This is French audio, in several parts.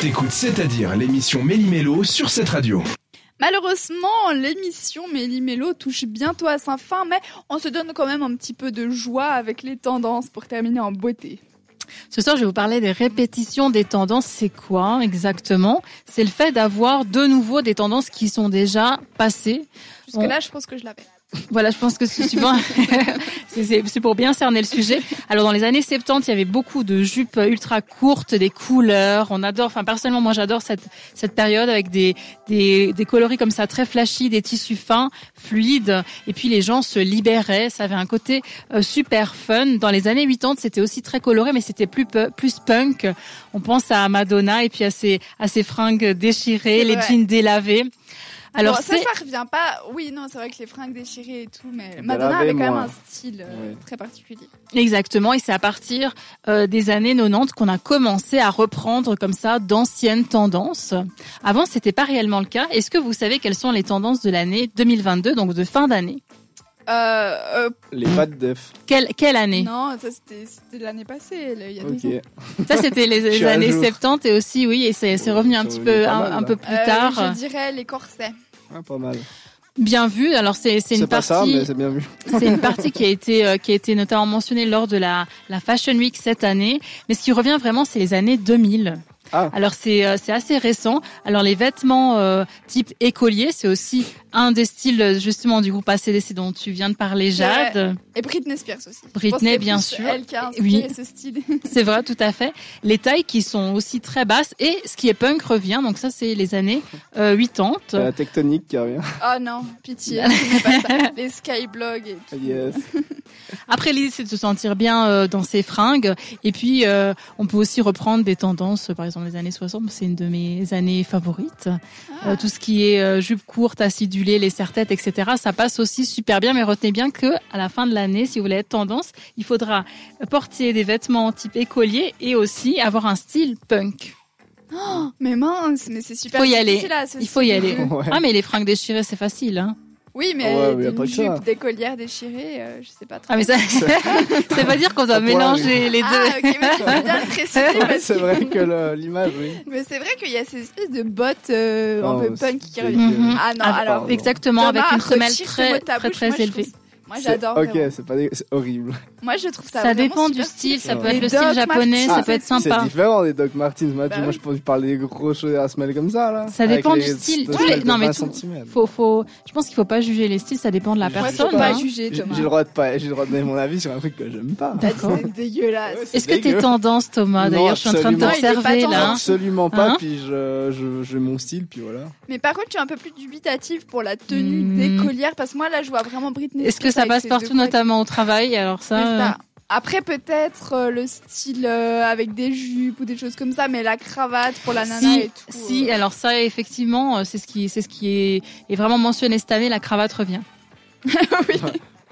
T'écoutes C'est-à-dire l'émission Méli-Mélo sur cette radio. Malheureusement, l'émission Méli-Mélo touche bientôt à sa fin, mais on se donne quand même un petit peu de joie avec les tendances pour terminer en beauté. Ce soir, je vais vous parler des répétitions des tendances. C'est quoi exactement C'est le fait d'avoir de nouveau des tendances qui sont déjà passées. Jusque là, je pense que je l'avais. Voilà, je pense que c'est suivant, c'est c'est pour bien cerner le sujet. Alors dans les années 70, il y avait beaucoup de jupes ultra courtes, des couleurs. On adore, enfin personnellement, moi j'adore cette cette période avec des des des coloris comme ça très flashy, des tissus fins, fluides. Et puis les gens se libéraient. Ça avait un côté euh, super fun. Dans les années 80, c'était aussi très coloré, mais c'était plus pu- plus punk. On pense à Madonna et puis à ses à ses fringues déchirées, C'est les vrai. jeans délavés. Alors Bon, ça, c'est- ça revient pas. Oui, non, c'est vrai que les fringues déchirées et tout, mais Bah, Madonna l'avait, avait quand même moi. un style euh, Ouais. très particulier. Exactement, et c'est à partir euh, des années 90 qu'on a commencé à reprendre comme ça d'anciennes tendances. Avant, c'était pas réellement le cas. Est-ce que vous savez quelles sont les tendances de l'année 2022, donc de fin d'année Euh, euh, Les pattes d'œuf. quelle, quelle année non, ça c'était c'était l'année passée, là, il Eh y a ben Ok. deux ans. Ça, c'était les, les suis à années jour. 70 et aussi, oui, et c'est c'est Ouais, revenu un ça petit revenait peu pas un, mal, un là. peu plus Euh, tard. Je dirais les corsets. Ah, pas mal. Bien vu. Alors, c'est c'est C'est une pas ça, partie. mais c'est bien vu. C'est une partie qui a été euh, qui a été notamment mentionnée lors de la la Fashion Week cette année, mais ce qui revient vraiment c'est les années 2000. Ah. Alors c'est euh, c'est assez récent. Alors les vêtements euh, type écolier, c'est aussi un des styles euh, justement du groupe ACDC dont tu viens de parler C'est vrai. Jade. Et Britney Spears aussi. Je Britney, pense que c'est bien plus sûr. Elle qui a inspiré Oui. ce style. C'est vrai, tout à fait. Les tailles qui sont aussi très basses et ce qui est punk revient. Donc ça c'est les années euh, 80. C'est la tectonique qui revient. Oh non, pitié, n'aimez pas ça. Les skyblogs et tout. Yes. Après l'idée c'est de se sentir bien euh, dans ses fringues et puis euh, on peut aussi reprendre des tendances par exemple les années 60 c'est une de mes années favorites Ah. Euh, tout ce qui est euh, jupe courte acidulée les serre-têtes etc ça passe aussi super bien mais retenez bien que à la fin de l'année si vous voulez être tendance il faudra porter des vêtements type écolier et aussi avoir un style punk Mais mince, mais c'est super Faut y difficile aller. à associer il faut y les aller deux. Ouais. ah mais les fringues déchirées c'est facile hein Oui, mais Oh, Ouais, mais y a une pas que ça. jupe, des collières déchirées, euh, je sais pas trop. ah mais ça c'est pas dire qu'on doit Ça pourrait mélanger les deux Ah, ok, mais tu veux bien le préciser, Ouais, parce c'est que- vrai que le- l'image, oui. Mais c'est vrai qu'il y a ces espèces de bottes euh, un Oh, peu c'est punk qui délicieux. reviennent. Mhm. Ah non, Ah, alors. pardon. Exactement, Thomas, avec une semelle retire ce mot très, de ta très, bouche, très moi, je élevée. trouve- Moi C'est- j'adore. Ok, vraiment. c'est pas dé- c'est horrible. Moi je trouve ça. Ça vraiment dépend du super stylé. style, ça peut Ouais. être le Les style Doc japonais, Martens, ça peut être C'est sympa. différent des Doc Martens. Moi, Bah moi, oui. je pense que je parlais des gros chaussures à semelles comme ça, là. Ça Avec dépend du les- style. des Tous les- semelles de non, mais 20 tout- centimètres. Faut, faut, je pense qu'il faut pas juger les styles, ça dépend de la Je sais Moi je personne. peux pas, pas hein. juger J'ai Thomas. j'ai le droit de pas, j'ai le droit de donner mon avis sur un truc que j'aime pas. D'accord. C'est dégueulasse. Ouais, c'est Est-ce que t'es dégueu. tendance, Thomas Non, D'ailleurs, je suis en train de absolument. Non, il t'observer est pas là. hein. tendance. Absolument pas, Hein puis je, je, je- mon style, puis voilà. Mais par contre, je suis un peu plus dubitative pour la tenue Hmm. des collières parce que moi là je vois vraiment Britney. Est-ce que Spears ça avec passe ses partout, deux bottes. notamment au travail Alors C'est ça, euh, ça. Après peut-être euh, le style euh, avec des jupes ou des choses comme ça, mais la cravate pour la euh, nana et si, tout. si, euh, alors ça, effectivement, euh, c'est ce qui, c'est ce qui est, est vraiment mentionné cette année. La cravate revient. oui.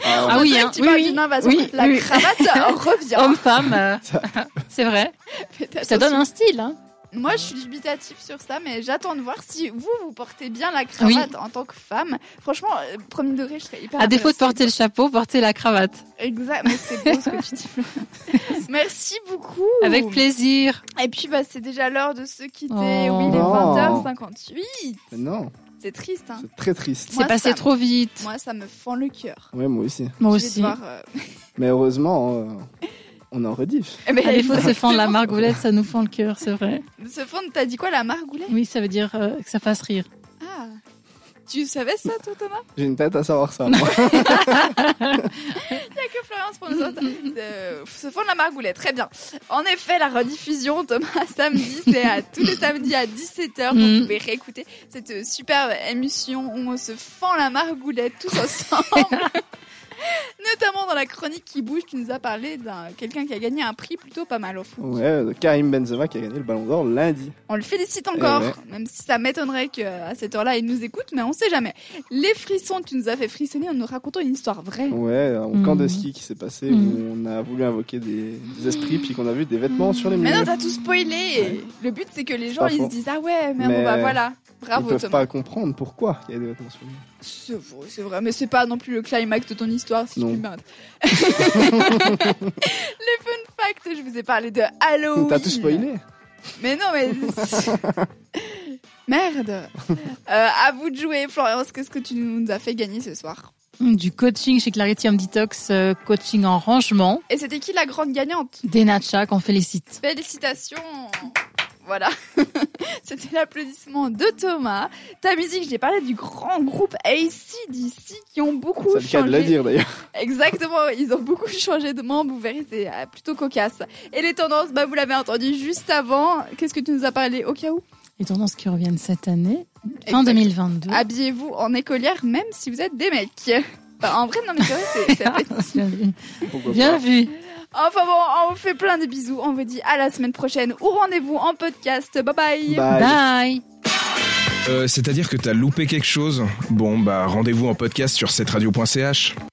Ah On oui, dirait que hein. tu Oui, parles oui. d'une invasion. Oui, la oui. cravate euh, revient. Homme-femme, euh, c'est vrai. Faites Ça donne attention. un style. Hein. Moi, je suis dubitatif sur ça, mais j'attends de voir si vous, vous portez bien la cravate en tant que femme. Franchement, euh, premier degré, je serais hyper. À défaut de intéressée. porter le chapeau, porter la cravate. Exact, mais c'est beau ce que tu dis. Florence. Merci beaucoup. Avec plaisir. Et puis, bah, c'est déjà l'heure de se quitter. Oh. Oui, il est Oh. 20h58. Mais non, C'est triste, hein. c'est très triste. Moi, C'est passé ça- trop vite. Moi, ça me fend le cœur. Ouais, moi aussi. Moi Je vais aussi. devoir, euh, Mais heureusement, euh, on est en rediff. eh ben, À défaut de se fendre la margoulette, ça nous fend le cœur, c'est vrai. Ce fond, t'as dit quoi, la margoulette Oui, ça veut dire euh, que ça fasse rire. Ah. Tu savais ça, toi, Thomas J'ai une tête à savoir ça. moi. que Florence pour nous autres. Euh, se font de la margoulette, très bien. En effet, la rediffusion, Thomas, samedi, c'est à tous les samedis à 17h. Donc Mm. vous pouvez réécouter cette euh, superbe émission où on se fend la margoulette tous ensemble. Notamment dans la chronique qui bouge, tu nous as parlé d'un quelqu'un qui a gagné un prix plutôt pas mal au fond. ouais, euh, Karim Benzema qui a gagné le Ballon d'Or lundi. On le félicite encore, Eh ouais. même si ça m'étonnerait qu'à cette heure-là, il nous écoute, mais on sait jamais. Les frissons, tu nous as fait frissonner en nous racontant une histoire vraie. Ouais, un Mhm. camp Mm. de ski qui s'est passé où on a voulu invoquer des, des esprits puis qu'on a vu des vêtements sur les murs. Mais non, t'as tout spoilé. Le but, c'est que les gens, pas ils se faux. disent ah ouais, mais, bon Mais bah voilà. Ils Bravo peuvent Thomas. pas comprendre pourquoi il y a des vêtements sur les murs. C'est vrai, c'est vrai, mais c'est pas non plus le climax de ton histoire, si Non. je puis me permettre. Les fun facts, je vous ai parlé de Halloween. T'as tout spoilé Mais non, mais. Merde Euh, À vous de jouer, Florence, qu'est-ce que tu nous as fait gagner ce soir Du coaching chez Claritium Detox, euh, coaching en rangement. Et c'était qui la grande gagnante Denacha, qu'on félicite. Félicitations Voilà, c'était l'applaudissement de Thomas. Ta musique, j'ai parlé du grand groupe ACDC qui ont beaucoup C'est le cas de le changé. dire d'ailleurs. Exactement, ils ont beaucoup changé de membre, vous verrez, c'est euh, plutôt cocasse. Et les tendances, bah, vous l'avez entendu juste avant. Qu'est-ce que tu nous as parlé au cas où Les tendances qui reviennent cette année, Exact. fin Ah, 2022. Habillez-vous en écolière même si vous êtes des mecs. Enfin, en vrai, non, mais c'est vrai, c'est- c'est vrai. Pourquoi Bien pas. vu. Enfin bon, on vous fait plein de bisous. On vous dit à la semaine prochaine ou rendez-vous en podcast. Bye bye. Bye. Bye. Euh, C'est-à-dire que t'as loupé quelque chose Bon, bah rendez-vous en podcast sur cetteradio.ch.